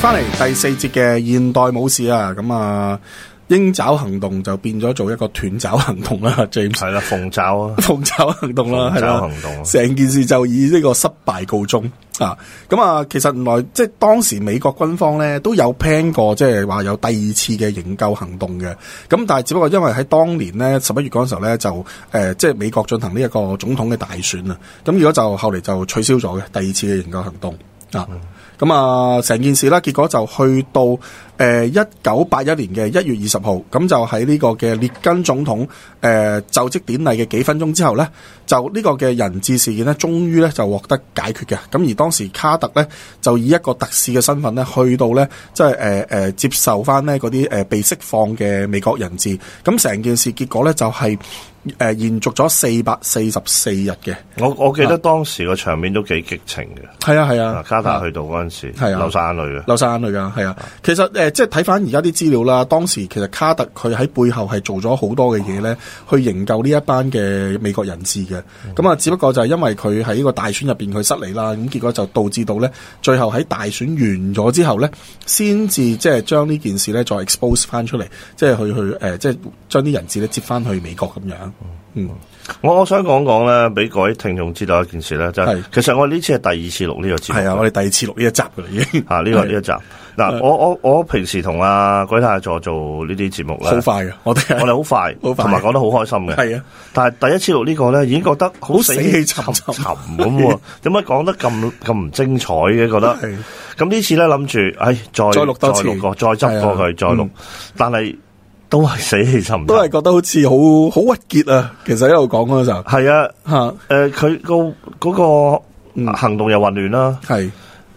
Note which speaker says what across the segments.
Speaker 1: 翻嚟第四節嘅現代武士啊，咁啊，鷹爪行動就變咗做一個斷爪行動啦，James，
Speaker 2: 系啦，鳳爪啊
Speaker 1: 鳳爪行動啦，係
Speaker 2: 鳳爪
Speaker 1: 啦
Speaker 2: 行動啊，
Speaker 1: 成件事就以呢個失敗告終啊。咁啊，其實原來即係當時美國軍方咧都有 plan 過，即係話有第二次嘅營救行動嘅。咁但係只不過因為喺當年咧十一月嗰陣時候咧就誒、呃即係美國進行呢一個總統嘅大選啊，咁如果就後嚟就取消咗嘅第二次嘅營救行動啊。咁啊，成件事啦，結果就去到誒一九八一年嘅一月二十號，咁就喺呢個嘅列根總統誒、呃就職典禮嘅幾分鐘之後呢，就呢個嘅人質事件呢，終於呢就獲得解決嘅。咁而當時卡特呢，就以一個特使嘅身份呢，去到呢，即係誒誒接受翻呢嗰啲誒被釋放嘅美國人質。咁成件事結果呢，就係、誒、延續咗四百四十四日嘅。
Speaker 2: 我我記得當時個場面都幾激情嘅，
Speaker 1: 係啊啊係
Speaker 2: 啊
Speaker 1: 啊，
Speaker 2: 加達去到嗰陣時
Speaker 1: 係啊
Speaker 2: 流晒眼淚嘅，
Speaker 1: 流晒眼淚㗎，係啊。其實誒、呃即係睇翻而家啲資料啦，當時其實卡特佢喺背後係做咗好多嘅嘢咧，去營救呢一班嘅美國人質嘅。咁啊、只不過就係因為佢喺呢個大選入邊佢失利啦，咁結果就導致到咧，最後喺大選完咗之後咧，先至即係將呢件事咧再 expose 翻出嚟，即係去去誒、呃即係將啲人質咧接翻去美國咁樣。嗯，
Speaker 2: 我我想講講咧，俾各位聽眾知道一件事咧，就係
Speaker 1: 係
Speaker 2: 其實我呢次係第二次錄呢個節目
Speaker 1: 係
Speaker 2: 嘅，
Speaker 1: 啊，我哋第二次錄呢一集㗎啦，已經
Speaker 2: 啊呢個
Speaker 1: 係啊
Speaker 2: 呢一集嗱，我我我平時同阿鬼太座做呢啲節目
Speaker 1: 好
Speaker 2: 咧，
Speaker 1: 快嘅，我哋
Speaker 2: 我哋好快，
Speaker 1: 好快
Speaker 2: 同埋講得好開心嘅，
Speaker 1: 係啊。
Speaker 2: 但係第一次錄呢個咧，已經覺得好死
Speaker 1: 死氣沉沉
Speaker 2: 沉咁喎，點解講得咁咁唔精彩嘅？覺得
Speaker 1: 係
Speaker 2: 咁呢次咧諗住，唉，再
Speaker 1: 再錄多次
Speaker 2: 再錄過，再執過
Speaker 1: 係啊
Speaker 2: 佢，再錄
Speaker 1: 嗯，
Speaker 2: 但係都係死氣沉沉，
Speaker 1: 都係覺得好似好好鬱結啊！其實一路講嗰陣時候
Speaker 2: 係啊，
Speaker 1: 嚇。
Speaker 2: 誒，佢個嗰個行動又混亂啦，
Speaker 1: 系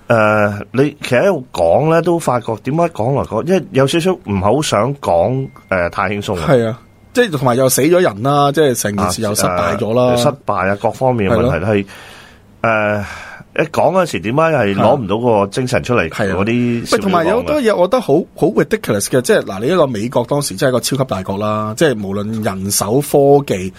Speaker 2: 誒，你其實喺度講咧，都發覺點解講嚟講，因為有少少唔係好想講誒太輕鬆啊
Speaker 1: 系啊，即系同埋又死咗人啦，即系成件事又失敗咗啦，
Speaker 2: 啊失敗啊，各方面嘅問題都係誒一講嗰陣時，點解係攞唔到個精神出嚟
Speaker 1: 係啊
Speaker 2: 嗰啲小
Speaker 1: 喂，
Speaker 2: 語講嘅？
Speaker 1: 同埋有好多嘢，我覺得好好 ridiculous 嘅，即係嗱，你一個美國當時真係一個超級大國啦，即係無論人手、科技。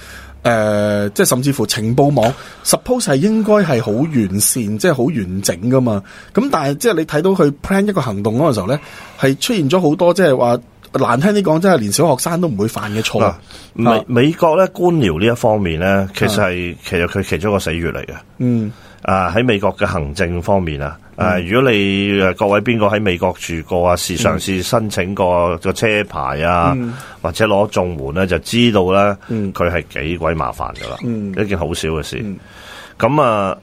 Speaker 1: 誒、即係甚至乎情報網，suppose 係應該係好完善，即係好完整噶嘛。咁但係即係你睇到佢 plan 一個行動嗰陣時候咧，係出現咗好多即係話難聽啲講，真係連小學生都唔會犯嘅錯。
Speaker 2: 嗱美
Speaker 1: 啊
Speaker 2: 美國咧官僚呢一方面咧，其實係其實佢其中一個死穴嚟嘅。
Speaker 1: 嗯，
Speaker 2: 啊喺美國嘅行政方面啊，啊如果你誒各位邊個喺美國住過啊，試
Speaker 1: 嗯
Speaker 2: 嘗試申請過個車牌啊，或者攞綜援咧，就知道咧
Speaker 1: 嗯
Speaker 2: 佢係幾鬼麻煩噶啦，
Speaker 1: 嗯
Speaker 2: 一件好少嘅事。咁啊，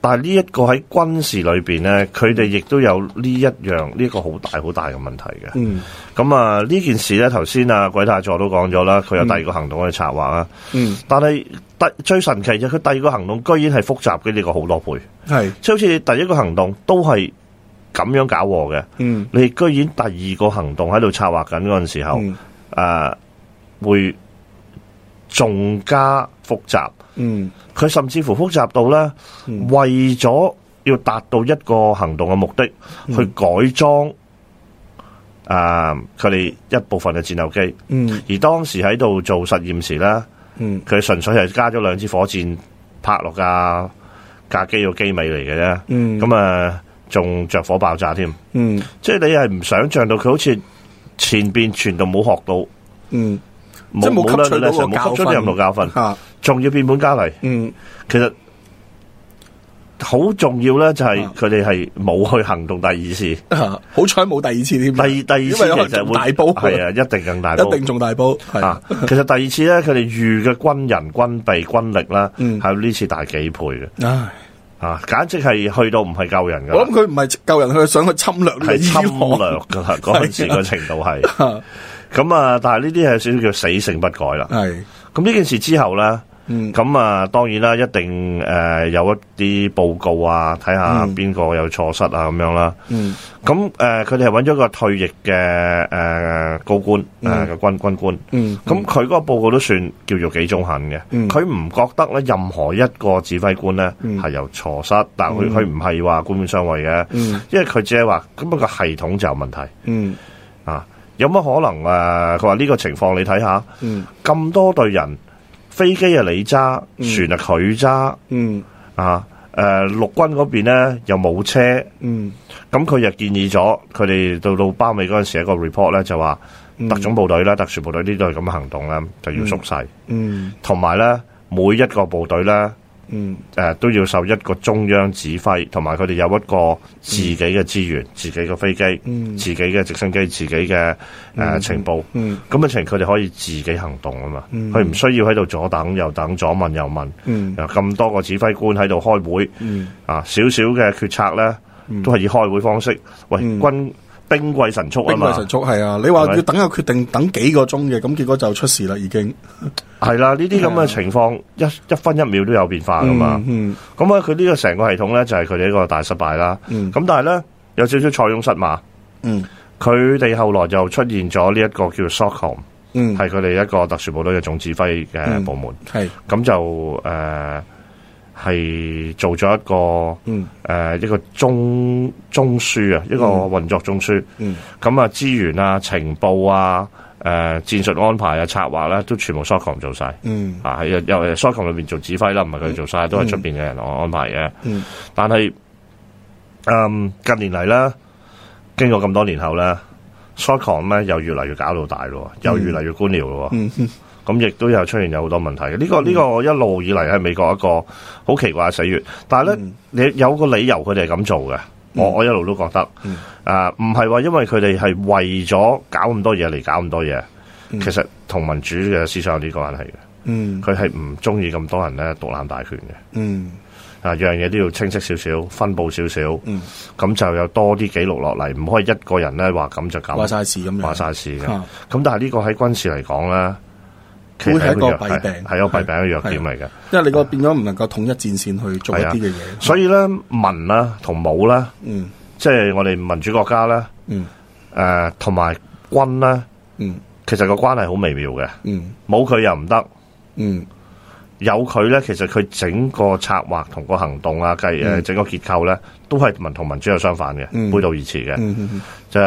Speaker 2: 但係呢一個喺軍事裏邊咧，佢哋亦都有呢一樣呢一個好大好大嘅問題嘅。
Speaker 1: 嗯
Speaker 2: 咁啊，呢件事咧，頭先啊鬼太座都講咗啦，佢有第二個行動去策劃啊。
Speaker 1: 嗯，
Speaker 2: 但係第最神奇就係佢第二個行動居然係複雜嘅呢個好多倍，
Speaker 1: 係，
Speaker 2: 即係好似第一個行動都係咁樣搞和嘅，
Speaker 1: 嗯
Speaker 2: 你居然第二個行動喺度策劃緊嗰陣時候，誒、
Speaker 1: 嗯
Speaker 2: 會仲加複雜。
Speaker 1: 嗯
Speaker 2: 佢甚至乎複雜到咧，為咗要達到一個行動嘅目的，
Speaker 1: 嗯
Speaker 2: 去改裝啊佢哋一部分嘅戰鬥機。
Speaker 1: 嗯
Speaker 2: 而當時喺度做實驗時咧，
Speaker 1: 嗯
Speaker 2: 佢純粹係加咗兩支火箭拍落架架機個機尾嚟嘅啫。
Speaker 1: 嗯
Speaker 2: 咁啊，仲着火爆炸添，
Speaker 1: 嗯。
Speaker 2: 即係你係唔想像到佢好似前邊全度冇學到，
Speaker 1: 嗯，
Speaker 2: 冇
Speaker 1: 即係冇吸取到個
Speaker 2: 冇吸取到任何
Speaker 1: 教
Speaker 2: 教
Speaker 1: 訓
Speaker 2: 訓，
Speaker 1: 吓，
Speaker 2: 仲要變本加厲。
Speaker 1: 嗯，
Speaker 2: 其實好重要咧，就係
Speaker 1: 啊
Speaker 2: 佢哋係冇去行動第二次，
Speaker 1: 嚇好彩冇第二次添，
Speaker 2: 第二第二次
Speaker 1: 啊因為可能
Speaker 2: 其實
Speaker 1: 仲
Speaker 2: 會
Speaker 1: 大煲
Speaker 2: 係啊，一定更大煲
Speaker 1: 一。定仲大煲，係
Speaker 2: 啊，其實第二次咧，佢哋預嘅軍人、軍備、軍力啦，
Speaker 1: 嗯
Speaker 2: 係呢次大幾倍嘅，
Speaker 1: 唉，
Speaker 2: 啊，簡直係去到唔係救人噶
Speaker 1: 我
Speaker 2: 啦
Speaker 1: 諗，佢唔係救人，佢係想去侵略呢個
Speaker 2: 係
Speaker 1: 伊
Speaker 2: 侵略
Speaker 1: 朗，
Speaker 2: 噶啦，嗰陣時個程度係。
Speaker 1: 嚇
Speaker 2: 咁啊，但係呢啲係少少叫死性不改啦。
Speaker 1: 係，
Speaker 2: 咁呢件事之後咧，
Speaker 1: 嗯
Speaker 2: 咁啊，當然啦，一定誒、呃有一啲報告啊，睇下邊個有錯失啊咁樣啦。
Speaker 1: 嗯
Speaker 2: 咁誒，呃佢哋係揾咗個退役嘅誒、呃高官誒、呃個軍軍官。
Speaker 1: 嗯，
Speaker 2: 咁佢嗰個報告都算叫做幾中肯嘅，
Speaker 1: 嗯
Speaker 2: 佢唔、覺得咧任何一個指揮官咧係、有錯失，但佢佢唔係話官官相衛嘅，
Speaker 1: 嗯
Speaker 2: 因為佢只係話咁個系統就有問題
Speaker 1: 嗯
Speaker 2: 啊，有乜可能誒？呃佢話呢個情況你睇下，
Speaker 1: 嗯
Speaker 2: 咁多隊人，飛機啊你揸，船啊佢揸
Speaker 1: 嗯
Speaker 2: 啊，誒、誒陸軍嗰邊咧又冇車，
Speaker 1: 嗯，
Speaker 2: 咁佢又建議咗佢哋到到包尾嗰陣時一個 report 咧就話
Speaker 1: 嗯
Speaker 2: 特種部隊啦、特殊部隊呢度係咁嘅行動咧就要縮細，
Speaker 1: 嗯
Speaker 2: 同埋咧每一個部隊咧。
Speaker 1: 嗯
Speaker 2: 誒、都要受一個中央指揮，同埋佢哋有一個自己嘅資源、自己嘅飛機、
Speaker 1: 嗯
Speaker 2: 自己嘅直升機、自己嘅誒、情報。
Speaker 1: 嗯
Speaker 2: 咁嘅情，佢哋可以自己行動啊嘛，佢唔、需要喺度左等右等，左問右問，
Speaker 1: 嗯
Speaker 2: 又咁多個指揮官喺度開會，
Speaker 1: 嗯
Speaker 2: 啊，少少嘅決策咧，都係以開會方式。喂，軍兵貴神速啊
Speaker 1: 嗯兵
Speaker 2: 嘛
Speaker 1: 貴，神速係啊！你話
Speaker 2: 係咪
Speaker 1: 要等個決定，等幾個鐘嘅，咁結果就出事啦，已經
Speaker 2: 係啦，呢啲咁嘅情況一一分一秒都有變化噶嘛。
Speaker 1: 啊嗯
Speaker 2: 咁啊，佢呢個成個系統咧就係佢哋一個大失敗啦。咁、
Speaker 1: 嗯
Speaker 2: 但係咧有少少塞翁失馬，
Speaker 1: 嗯
Speaker 2: 佢哋後來就出現咗呢一個叫 SOCOM，
Speaker 1: 嗯，
Speaker 2: 係佢哋一個特殊部隊嘅總指揮嘅
Speaker 1: 嗯
Speaker 2: 部門。
Speaker 1: 係
Speaker 2: 咁就誒係、做咗一個誒、
Speaker 1: 嗯
Speaker 2: 呃一個中中枢啊，一個運作中枢。
Speaker 1: 嗯
Speaker 2: 咁啊資源啊、情報啊、誒、戰術安排啊、策劃咧、都全部 SOCOM 做晒。
Speaker 1: 嗯
Speaker 2: 啊，係又又 SOCOM 裏邊做指揮啦，唔係佢哋做晒，都係出邊嘅人安安排嘅。
Speaker 1: 嗯
Speaker 2: 但係嗯近年嚟啦，經過咁多年後咧，SOCOM 咧又越嚟越搞到大咯，又越嚟越官僚咯。
Speaker 1: 嗯嗯
Speaker 2: 咁亦都有出現有好多問題嘅。呢、個呢、個一路以嚟係美國一個好奇怪嘅死穴，但係咧、
Speaker 1: 嗯
Speaker 2: 你有個理由佢哋係咁做嘅。我我一路都覺得，
Speaker 1: 嗯
Speaker 2: 誒唔係話因為佢哋係為咗搞咁多嘢嚟搞咁多嘢，其實同民主嘅思想有啲關係嘅。
Speaker 1: 嗯
Speaker 2: 佢係唔中意咁多人咧獨攬大權嘅。
Speaker 1: 嗯
Speaker 2: 啊，樣嘢都要清晰少少，分佈少少，咁、
Speaker 1: 嗯
Speaker 2: 就有多啲記錄落嚟，唔可以一個人咧話咁就咁
Speaker 1: 話晒事咁樣，
Speaker 2: 話晒事嘅。咁、
Speaker 1: 啊
Speaker 2: 但係呢個喺軍事嚟講咧，其實
Speaker 1: 會係一個
Speaker 2: 弱
Speaker 1: 弊
Speaker 2: 係
Speaker 1: 病
Speaker 2: 係一個弊病嘅弱點
Speaker 1: 係
Speaker 2: 嚟嘅。
Speaker 1: 因為你個變咗唔能夠統一戰線去做一
Speaker 2: 係啊
Speaker 1: 啲嘅嘢，
Speaker 2: 所以咧，文啦同武啦，
Speaker 1: 嗯
Speaker 2: 即係我哋民主國家啦，
Speaker 1: 嗯
Speaker 2: 誒同埋軍啦，
Speaker 1: 嗯
Speaker 2: 其實個關係好微妙嘅，
Speaker 1: 嗯
Speaker 2: 冇佢又唔得。
Speaker 1: 嗯
Speaker 2: 有佢咧，其實佢整個策劃同個行動啊，計
Speaker 1: 嗯
Speaker 2: 誒整個結構咧，都係民同民主有相反嘅，背道而馳嘅。
Speaker 1: 嗯嗯
Speaker 2: 就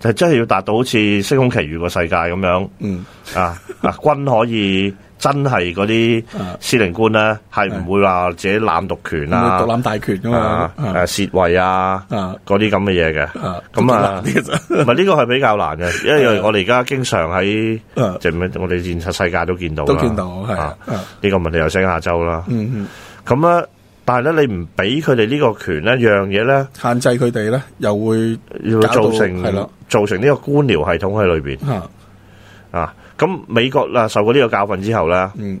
Speaker 2: 就真係要達到好似《星空奇遇》個世界咁樣
Speaker 1: 嗯
Speaker 2: 啊！啊，軍可以真係嗰啲
Speaker 1: 啊
Speaker 2: 司令官咧，係唔會話自己濫獨權
Speaker 1: 嗯，
Speaker 2: 啊
Speaker 1: 獨、攬大權噶
Speaker 2: 啊
Speaker 1: 嘛，啊
Speaker 2: 誒竊位啊
Speaker 1: 啊
Speaker 2: 嗰啲咁嘅嘢 嘅。
Speaker 1: 啊
Speaker 2: 咁啊
Speaker 1: 都幾難嘅
Speaker 2: 唔係呢個係比較難嘅，因為我哋而家經常喺
Speaker 1: 啊
Speaker 2: 即係咩我哋現實世界都見到啦
Speaker 1: 都見到係
Speaker 2: 啊
Speaker 1: 啊啊
Speaker 2: 呢個問題又升下周啦。
Speaker 1: 嗯嗯
Speaker 2: 咁啊，但係咧你唔俾佢哋呢個權咧，樣嘢咧
Speaker 1: 限制佢哋咧，又會
Speaker 2: 要
Speaker 1: 搞
Speaker 2: 造
Speaker 1: 到
Speaker 2: 成
Speaker 1: 係啦
Speaker 2: 造成呢個官僚系統喺裏邊。
Speaker 1: 啊
Speaker 2: 啊，咁美國啦受過呢個教訓之後咧，
Speaker 1: 嗯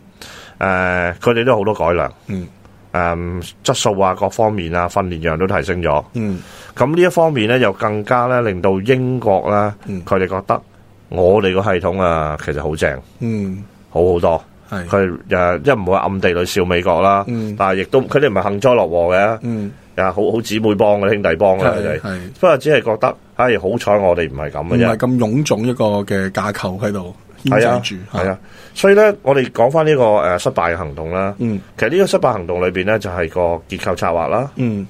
Speaker 2: 誒佢哋都好多改良，
Speaker 1: 嗯
Speaker 2: 誒、质質素啊各方面啊訓練樣都提升咗。
Speaker 1: 嗯
Speaker 2: 咁呢一方面咧，又更加咧令到英國啦，
Speaker 1: 嗯
Speaker 2: 佢哋覺得我哋個系統啊其實好正，
Speaker 1: 嗯
Speaker 2: 好好多。
Speaker 1: 係
Speaker 2: 佢誒一唔會暗地裏笑美國啦，
Speaker 1: 嗯
Speaker 2: 但係亦都佢哋唔係幸災樂禍嘅，
Speaker 1: 嗯
Speaker 2: 啊好好姊妹幫嘅兄弟幫嘅佢
Speaker 1: 係
Speaker 2: 哋。
Speaker 1: 係。
Speaker 2: 不過只係覺得，唉、好彩我哋唔係咁
Speaker 1: 唔
Speaker 2: 嘅
Speaker 1: 係。
Speaker 2: 啫
Speaker 1: 咁臃腫一個嘅架構喺度牽制住，
Speaker 2: 係啊，所以咧，我哋講翻呢個誒失敗嘅行動啦。
Speaker 1: 嗯
Speaker 2: 其實呢個失敗行動裏邊咧，就係個結構策劃啦。
Speaker 1: 嗯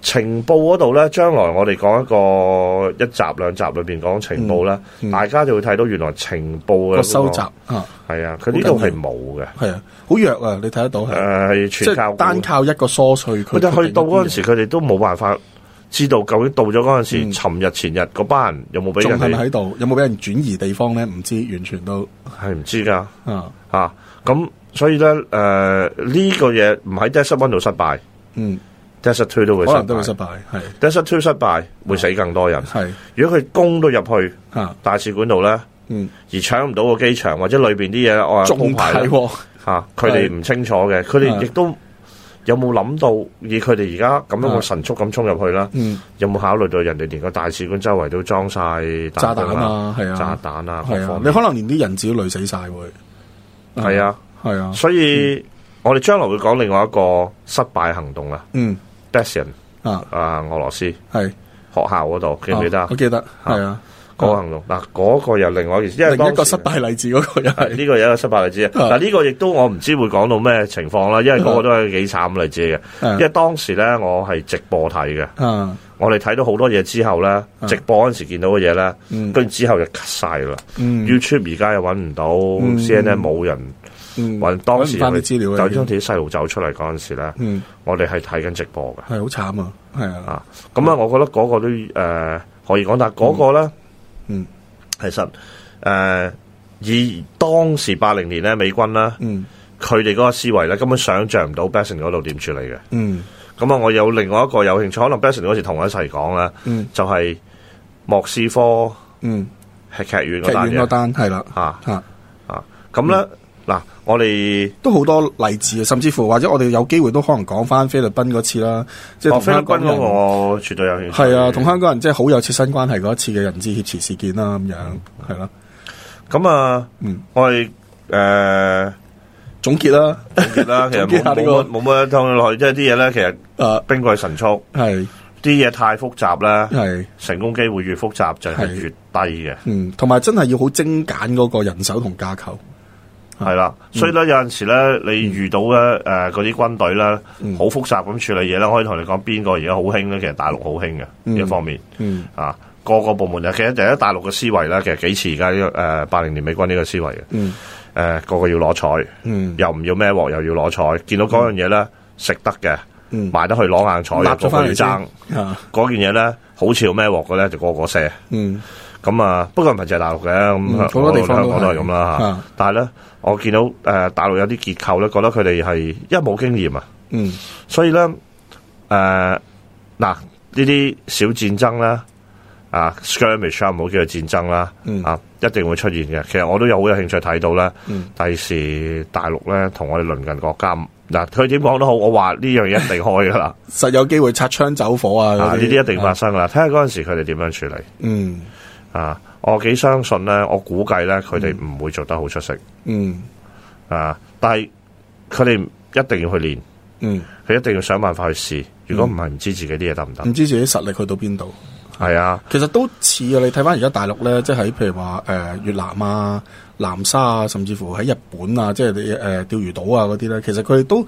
Speaker 2: 情報嗰度咧，將來我哋講一個一集兩集裏邊講情報啦，
Speaker 1: 嗯嗯
Speaker 2: 大家就會睇到原來情報嘅嗰
Speaker 1: 個
Speaker 2: 個
Speaker 1: 收集啊，
Speaker 2: 係啊，佢呢度係冇嘅，
Speaker 1: 係啊，好弱啊，你睇得到係，
Speaker 2: 誒係
Speaker 1: 即
Speaker 2: 全靠
Speaker 1: 係單靠一個疏碎佢決
Speaker 2: 佢
Speaker 1: 定一啲嘢。
Speaker 2: 哋去到嗰陣時，佢哋都冇辦法知道究竟到咗嗰陣時，
Speaker 1: 嗯
Speaker 2: 尋日前日嗰班人有冇俾
Speaker 1: 仲
Speaker 2: 人
Speaker 1: 係咪
Speaker 2: 哋
Speaker 1: 喺度？有冇俾人轉移地方咧？唔知，完全都
Speaker 2: 係唔知㗎
Speaker 1: 啊，
Speaker 2: 啊！咁所以咧，誒、呢、個嘢唔喺 Desert One 度失敗。
Speaker 1: 嗯，
Speaker 2: Desert Two 都會失
Speaker 1: 可能都會失
Speaker 2: 敗
Speaker 1: 敗，係
Speaker 2: Desert Two 失敗會死更多人。
Speaker 1: 係
Speaker 2: 如果佢攻到入去
Speaker 1: 啊，
Speaker 2: 大使館度咧，
Speaker 1: 嗯，
Speaker 2: 而搶唔到個機場或者裏邊啲嘢，我話
Speaker 1: 仲
Speaker 2: 啊鋪
Speaker 1: 大
Speaker 2: 排啦
Speaker 1: 喎，
Speaker 2: 嚇，佢哋唔清楚嘅，佢哋亦都有冇諗到以佢哋而家咁樣個神速咁衝入去啦？
Speaker 1: 嗯，
Speaker 2: 有冇考慮到人哋連個大使館周圍都裝晒
Speaker 1: 炸彈
Speaker 2: 彈啊、
Speaker 1: 啊，係
Speaker 2: 炸
Speaker 1: 啊，
Speaker 2: 彈啊各
Speaker 1: 係啊
Speaker 2: 方，
Speaker 1: 你
Speaker 2: 面？
Speaker 1: 可能連啲人自己累死晒會，
Speaker 2: 係，啊，
Speaker 1: 係啊，
Speaker 2: 所以我哋將來會講另外一個失敗行動啊
Speaker 1: 嗯
Speaker 2: d e s i a n
Speaker 1: 啊，
Speaker 2: 啊，俄羅斯學
Speaker 1: 係
Speaker 2: 校嗰度記唔記得啊
Speaker 1: 我？記得，係啊，
Speaker 2: 嗰個行動嗱，嗰、個又另外一件事，因為
Speaker 1: 另
Speaker 2: 當
Speaker 1: 一個
Speaker 2: 時
Speaker 1: 失敗例子嗰個又係。
Speaker 2: 啊呢個有一個失敗例
Speaker 1: 啊
Speaker 2: 子。嗱，呢個亦都我唔知會講到咩情況啦，因為嗰個都係幾慘嘅例子嘅。
Speaker 1: 嗯
Speaker 2: 因為當時咧，我係直播睇嘅，
Speaker 1: 啊，
Speaker 2: 我哋睇到好多嘢之後咧，直播嗰陣時見到嘅嘢咧，
Speaker 1: 嗯
Speaker 2: 跟住之後就 cut 晒啦。
Speaker 1: 嗯
Speaker 2: YouTube 而家又揾唔到，CNN 冇人
Speaker 1: 嗯
Speaker 2: 或者當時
Speaker 1: 搵唔返啲資料嘅
Speaker 2: 就將自己細路走出嚟嗰陣時咧，
Speaker 1: 嗯，
Speaker 2: 我哋係睇緊直播嘅
Speaker 1: 係好慘啊，係啊，
Speaker 2: 啊。咁啊，我覺得嗰個都誒、呃可以講，但係嗰個咧，
Speaker 1: 嗯，
Speaker 2: 其實誒、呃以當時八零年咧美軍啦，
Speaker 1: 嗯
Speaker 2: 佢哋嗰個思維咧根本想像唔到 Besson 嗰度點處理嘅。
Speaker 1: 嗯
Speaker 2: 咁啊，我有另外一個有興趣，可能 Besson 嗰時同我一齊講啦，
Speaker 1: 嗯
Speaker 2: 就係莫斯科
Speaker 1: 嗯，
Speaker 2: 劇劇院
Speaker 1: 劇
Speaker 2: 嗰單
Speaker 1: 院嗰
Speaker 2: 嘢
Speaker 1: 單係嗯啦，
Speaker 2: 啊
Speaker 1: 嚇。
Speaker 2: 啊！咁咧嗱，我哋
Speaker 1: 都好多例子啊，甚至乎或者我哋有機會都可能講翻菲律賓嗰次啦，即係
Speaker 2: 哦
Speaker 1: 同
Speaker 2: 菲律
Speaker 1: 香
Speaker 2: 賓
Speaker 1: 港
Speaker 2: 嗰個
Speaker 1: 人
Speaker 2: 我絕對有興趣。
Speaker 1: 係啊，同香港人即係好有切身關係嗰一次嘅人質挟持事件啦，咁樣係啦，
Speaker 2: 咁啊，
Speaker 1: 嗯，
Speaker 2: 我哋誒
Speaker 1: 總結啦，
Speaker 2: 總結 啦，其
Speaker 1: 總
Speaker 2: 實
Speaker 1: 結下
Speaker 2: 冇
Speaker 1: 呢
Speaker 2: 冇
Speaker 1: 個
Speaker 2: 乜冇乜聽落去，即係啲嘢咧，其實
Speaker 1: 誒
Speaker 2: 兵貴神速，
Speaker 1: 係
Speaker 2: 啲嘢太複雜啦，
Speaker 1: 係
Speaker 2: 成功機會越複雜就係
Speaker 1: 係
Speaker 2: 越低嘅，
Speaker 1: 嗯，同埋真係要好精簡嗰個人手同架構，嗯
Speaker 2: 係啦。所以咧有陣時咧，你遇到咧誒嗰啲軍隊咧，
Speaker 1: 嗯
Speaker 2: 好複雜咁處理嘢咧，可以同你講邊個而家好興咧，其實大陸好興嘅呢一方面。
Speaker 1: 嗯
Speaker 2: 啊，個個部門啊，其實第一大陸嘅思維啦，其實幾似而家呢個誒八零年美軍呢個思維嘅，誒、呃
Speaker 1: 嗯
Speaker 2: 個個要攞彩，
Speaker 1: 嗯
Speaker 2: 又唔要孭鑊，又要攞彩，見到嗰樣嘢咧食得嘅，
Speaker 1: 嗯，
Speaker 2: 買得去攞硬彩
Speaker 1: 立
Speaker 2: 嘅，個
Speaker 1: 咗
Speaker 2: 個
Speaker 1: 翻
Speaker 2: 要
Speaker 1: 嚟
Speaker 2: 爭
Speaker 1: 先啊，
Speaker 2: 嗰件嘢咧，好似要孭鑊嘅咧，就個個卸。
Speaker 1: 嗯
Speaker 2: 咁啊，不過唔係淨係大陸嘅，咁
Speaker 1: 嗯
Speaker 2: 香
Speaker 1: 好多地方
Speaker 2: 香
Speaker 1: 都
Speaker 2: 港都係咁啦
Speaker 1: 係
Speaker 2: 嚇
Speaker 1: 啊。
Speaker 2: 但係咧，我見到誒、大陸有啲結構咧，覺得佢哋係因為冇經驗啊，
Speaker 1: 嗯
Speaker 2: 所以咧，誒、嗱呢啲小戰爭啦，啊 skirmish 啊，唔好叫做戰爭啦，
Speaker 1: 嗯
Speaker 2: 啊一定會出現嘅。其實我都有好有興趣睇到啦。
Speaker 1: 嗯
Speaker 2: 第時大陸咧同我哋鄰近國家，嗱佢點講都好，我話呢樣嘢一定開 噶啦，
Speaker 1: 實有機會擦槍走火啊，
Speaker 2: 啊
Speaker 1: 嗰
Speaker 2: 呢啲一定發，生噶啦。睇下嗰陣時佢哋點樣處理
Speaker 1: 嗯
Speaker 2: 啊！我幾相信咧，我估計咧佢哋唔會做得好出色
Speaker 1: 嗯
Speaker 2: 啊，但係佢哋一定要去練，
Speaker 1: 嗯，
Speaker 2: 佢一定要想辦法去試。如果唔係，唔知自己啲嘢得唔得
Speaker 1: 唔？知自己實力去到邊度。
Speaker 2: 係啊。
Speaker 1: 其實都似啊！你睇翻而家大陸咧，即係喺譬如話誒、呃越南啊、南沙啊，甚至乎喺日本啊，即係你誒釣魚島啊嗰啲咧，其實佢哋都誒、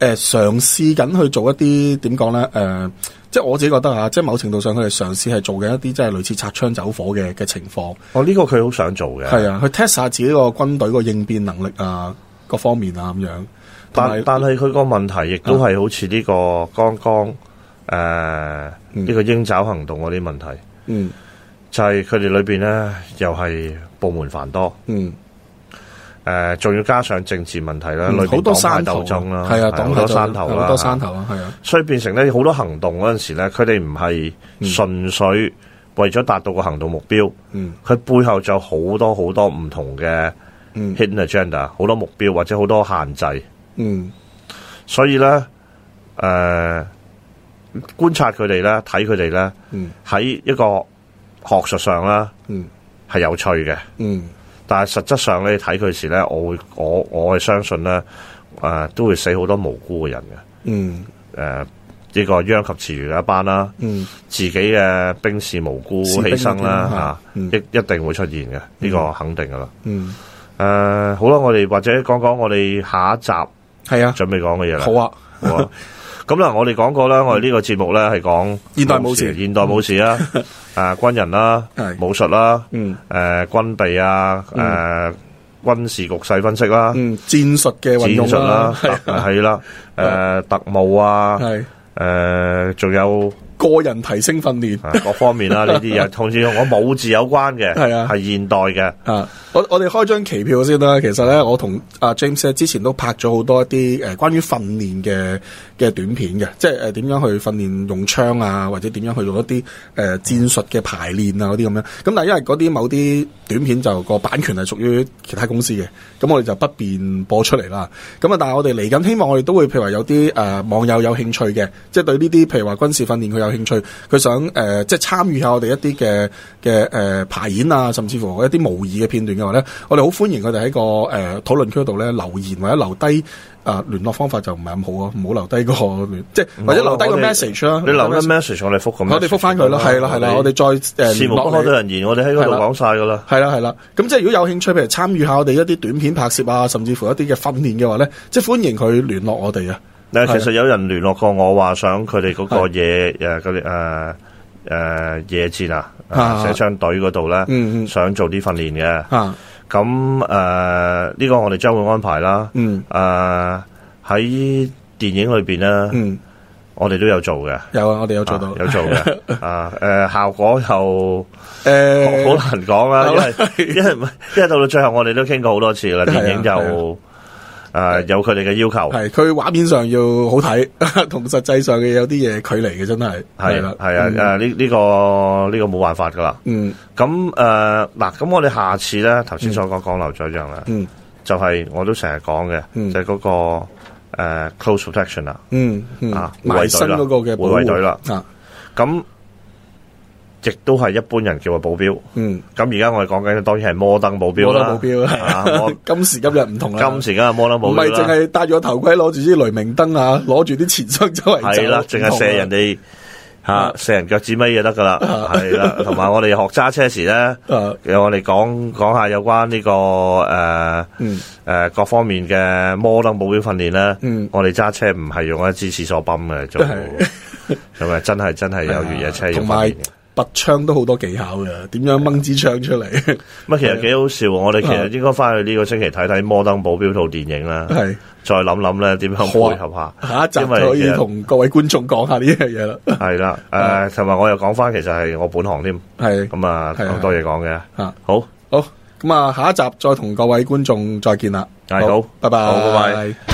Speaker 1: 呃、嘗試緊去做一啲點講咧誒，即係我自己覺得啊嚇，即係某程度上佢哋嘗試係做緊一啲即係類似擦槍走火嘅嘅情況，
Speaker 2: 哦，呢、個佢好想做嘅，
Speaker 1: 係啊，去 test 下自己個軍隊個應變能力啊，各方面啊咁樣。同
Speaker 2: 但
Speaker 1: 埋
Speaker 2: 但係佢個問題亦都
Speaker 1: 啊
Speaker 2: 係好似呢個剛剛誒
Speaker 1: 嗯
Speaker 2: 呢個鷹爪行動嗰啲問題，
Speaker 1: 嗯
Speaker 2: 就係佢哋裏邊咧又係部門繁多，
Speaker 1: 嗯
Speaker 2: 誒、仲要加上政治問題啦，
Speaker 1: 嗯
Speaker 2: 裏邊
Speaker 1: 好多
Speaker 2: 黨派
Speaker 1: 山頭
Speaker 2: 鬥爭啦，
Speaker 1: 係啊，
Speaker 2: 好
Speaker 1: 黨派
Speaker 2: 多
Speaker 1: 鬥
Speaker 2: 山頭啦，
Speaker 1: 好多山頭啊，係啊，
Speaker 2: 所以變成咧好多行動嗰陣時咧，佢哋唔係純粹為咗達到個行動目標，
Speaker 1: 嗯
Speaker 2: 佢背後就有好多好多唔同嘅
Speaker 1: 嗯
Speaker 2: hidden agenda，好多目標或者好多限制。
Speaker 1: 嗯
Speaker 2: 所以咧，誒、觀察佢哋咧，睇佢哋咧，
Speaker 1: 嗯
Speaker 2: 喺一個學術上啦，
Speaker 1: 嗯
Speaker 2: 係有趣嘅。
Speaker 1: 嗯
Speaker 2: 但係實質上咧，睇佢時咧，我會我我係相信咧，誒、都會死好多無辜嘅人嘅。
Speaker 1: 嗯
Speaker 2: 誒、呢個殃及池魚嘅一班啦，
Speaker 1: 嗯。
Speaker 2: 自己嘅兵士無辜
Speaker 1: 士兵
Speaker 2: 犧
Speaker 1: 嗰
Speaker 2: 牲啦，
Speaker 1: 啲
Speaker 2: 嚇、
Speaker 1: 啦嗯
Speaker 2: 一一定會出現嘅，呢、個肯定噶啦。
Speaker 1: 嗯，
Speaker 2: 誒、呃好啦，我哋或者講講我哋下一集
Speaker 1: 系啊，
Speaker 2: 準備講嘅嘢啦。
Speaker 1: 好啊，嗯
Speaker 2: 好啊咁啦，我哋講過啦，我哋呢個節目咧係講
Speaker 1: 現代武士嗯
Speaker 2: 現代武士啦， 啊軍人啦
Speaker 1: 係，
Speaker 2: 武術啦，
Speaker 1: 嗯
Speaker 2: 誒軍備啊，誒軍事局勢分析啦，
Speaker 1: 嗯，战术嘅运
Speaker 2: 戰
Speaker 1: 用啊
Speaker 2: 術啦，
Speaker 1: 系
Speaker 2: 特係啦，誒特務啊，
Speaker 1: 系
Speaker 2: 誒仲有
Speaker 1: 个人提升训练
Speaker 2: 啊各方面 啦，呢啲嘢，同時同我武字有關嘅，
Speaker 1: 係啊
Speaker 2: 係現代嘅，
Speaker 1: 啊！我我哋開張期票先啦。其實咧，我同阿 James 咧之前都拍咗好多一啲誒關於訓練嘅嘅短片嘅，即係誒點樣去訓練用槍啊，或者點樣去用一啲誒、呃、戰術嘅排練啊嗰啲咁樣。咁但係因為嗰啲某啲短片就個版權係屬於其他公司嘅，咁我哋就不便播出嚟啦。咁啊，但係我哋嚟緊希望我哋都會譬如話有啲誒、呃、網友有興趣嘅，即係對呢啲譬如話軍事訓練佢有興趣，佢想誒、呃即係參與下我哋一啲嘅嘅誒排演啊，甚至乎一啲模擬嘅片段嘅話咧，我哋好歡迎佢哋喺個誒、呃、討論區度咧留言或者留低。啊，聯絡方法就唔係咁好啊，唔好留低個聯即係或者留低個
Speaker 2: 我哋
Speaker 1: message 啦。
Speaker 2: 你留
Speaker 1: 低
Speaker 2: 緊 message 我哋覆咁，
Speaker 1: 我哋覆翻佢啦，係啦係啦，我哋再誒
Speaker 2: 事
Speaker 1: 聯
Speaker 2: 無不
Speaker 1: 絡
Speaker 2: 開
Speaker 1: 你
Speaker 2: 都。有人言，呃我哋喺嗰度
Speaker 1: 係啦
Speaker 2: 講晒噶啦。
Speaker 1: 係啦係啦，咁即係如果有興趣，譬如參與下我哋一啲短片拍攝啊，甚至乎一啲嘅訓練嘅話咧，即係歡迎佢聯絡我哋啊。
Speaker 2: 嗱，
Speaker 1: 係啊
Speaker 2: 其實有人聯絡過我話想佢哋嗰個夜誒嗰啲誒誒夜戰啊，
Speaker 1: 啊
Speaker 2: 誒寫槍隊嗰度咧，
Speaker 1: 嗯嗯啊
Speaker 2: 想做啲訓練嘅。
Speaker 1: 嚇，
Speaker 2: 咁誒呢個我哋將會安排啦。
Speaker 1: 嗯
Speaker 2: 誒喺電影裏邊咧，
Speaker 1: 嗯，
Speaker 2: 我哋都有做嘅，
Speaker 1: 有啊，我哋有做
Speaker 2: 啊
Speaker 1: 到
Speaker 2: 有做 嘅。啊誒效果又〜
Speaker 1: 诶，
Speaker 2: 好好難講啦，
Speaker 1: 好
Speaker 2: 因
Speaker 1: 啦
Speaker 2: 為因為因為到到最後，我哋都傾過好多次啦，
Speaker 1: 係啊
Speaker 2: 電影就誒有佢哋嘅要求，
Speaker 1: 系佢畫面上要好睇，同實際上嘅有啲嘢距離嘅真係係
Speaker 2: 係
Speaker 1: 啦
Speaker 2: 啊，係啊誒呢呢個呢個冇辦法噶啦。
Speaker 1: 嗯
Speaker 2: 咁誒嗱，咁我哋下次咧，頭先所講講漏咗一樣啦，
Speaker 1: 嗯
Speaker 2: 就係我都成日講
Speaker 1: 嗯
Speaker 2: 嘅，就係嗰個。誒、close protection 啦，
Speaker 1: 嗯嗯
Speaker 2: 啊，
Speaker 1: 埋身嗰個嘅保
Speaker 2: 護
Speaker 1: 護
Speaker 2: 衛隊啦
Speaker 1: 啊，
Speaker 2: 咁亦都係一般人叫嘅保鏢。
Speaker 1: 嗯，
Speaker 2: 咁而家我哋講緊嘅當然係摩登保鏢
Speaker 1: 冇啦
Speaker 2: 啦，
Speaker 1: 保鏢
Speaker 2: 啊
Speaker 1: 啊
Speaker 2: 摩，
Speaker 1: 今時今日唔同啦，
Speaker 2: 今時今日摩登保
Speaker 1: 唔
Speaker 2: 鏢
Speaker 1: 係
Speaker 2: 啦，
Speaker 1: 淨係戴住個頭盔，攞住支雷明燈啊，攞住啲前箱周圍走，
Speaker 2: 系啦，净系射人
Speaker 1: 哋
Speaker 2: 哋
Speaker 1: 啊
Speaker 2: 吓，射人腳趾尾就得噶啦，係啦。同埋我哋學揸車時咧，
Speaker 1: 啊，
Speaker 2: 有我哋講講下有關呢個诶
Speaker 1: 嗯
Speaker 2: 诶各方面嘅摩登保鏢訓練咧
Speaker 1: 嗯，
Speaker 2: 我哋揸車唔係用一支廁所泵嘅 做， 咁啊真係真係有越野車要
Speaker 1: 啊同
Speaker 2: 訓
Speaker 1: 埋
Speaker 2: 練嘅。
Speaker 1: 拔槍都好多技巧嘅，點樣掹支槍出嚟？
Speaker 2: 乜其
Speaker 1: 啊
Speaker 2: 實幾好笑喎，我哋其實應該翻去呢個星期睇睇《摩登保鏢》套電影啦，
Speaker 1: 係
Speaker 2: 再諗諗咧點樣
Speaker 1: 好啊
Speaker 2: 配合下。
Speaker 1: 啊下一集就
Speaker 2: 因為
Speaker 1: 可
Speaker 2: 其
Speaker 1: 以
Speaker 2: 實
Speaker 1: 同各位觀眾講下呢樣嘢啦。
Speaker 2: 係啦，
Speaker 1: 啊
Speaker 2: 诶，同埋我又講翻，其實係我本行添，
Speaker 1: 係
Speaker 2: 咁啊
Speaker 1: 係啊
Speaker 2: 好多嘢講嘅。
Speaker 1: 啊，
Speaker 2: 好。
Speaker 1: 好咁啊，下一集再同各位觀眾再見啦。
Speaker 2: 係好
Speaker 1: 拜拜，
Speaker 2: 好拜拜。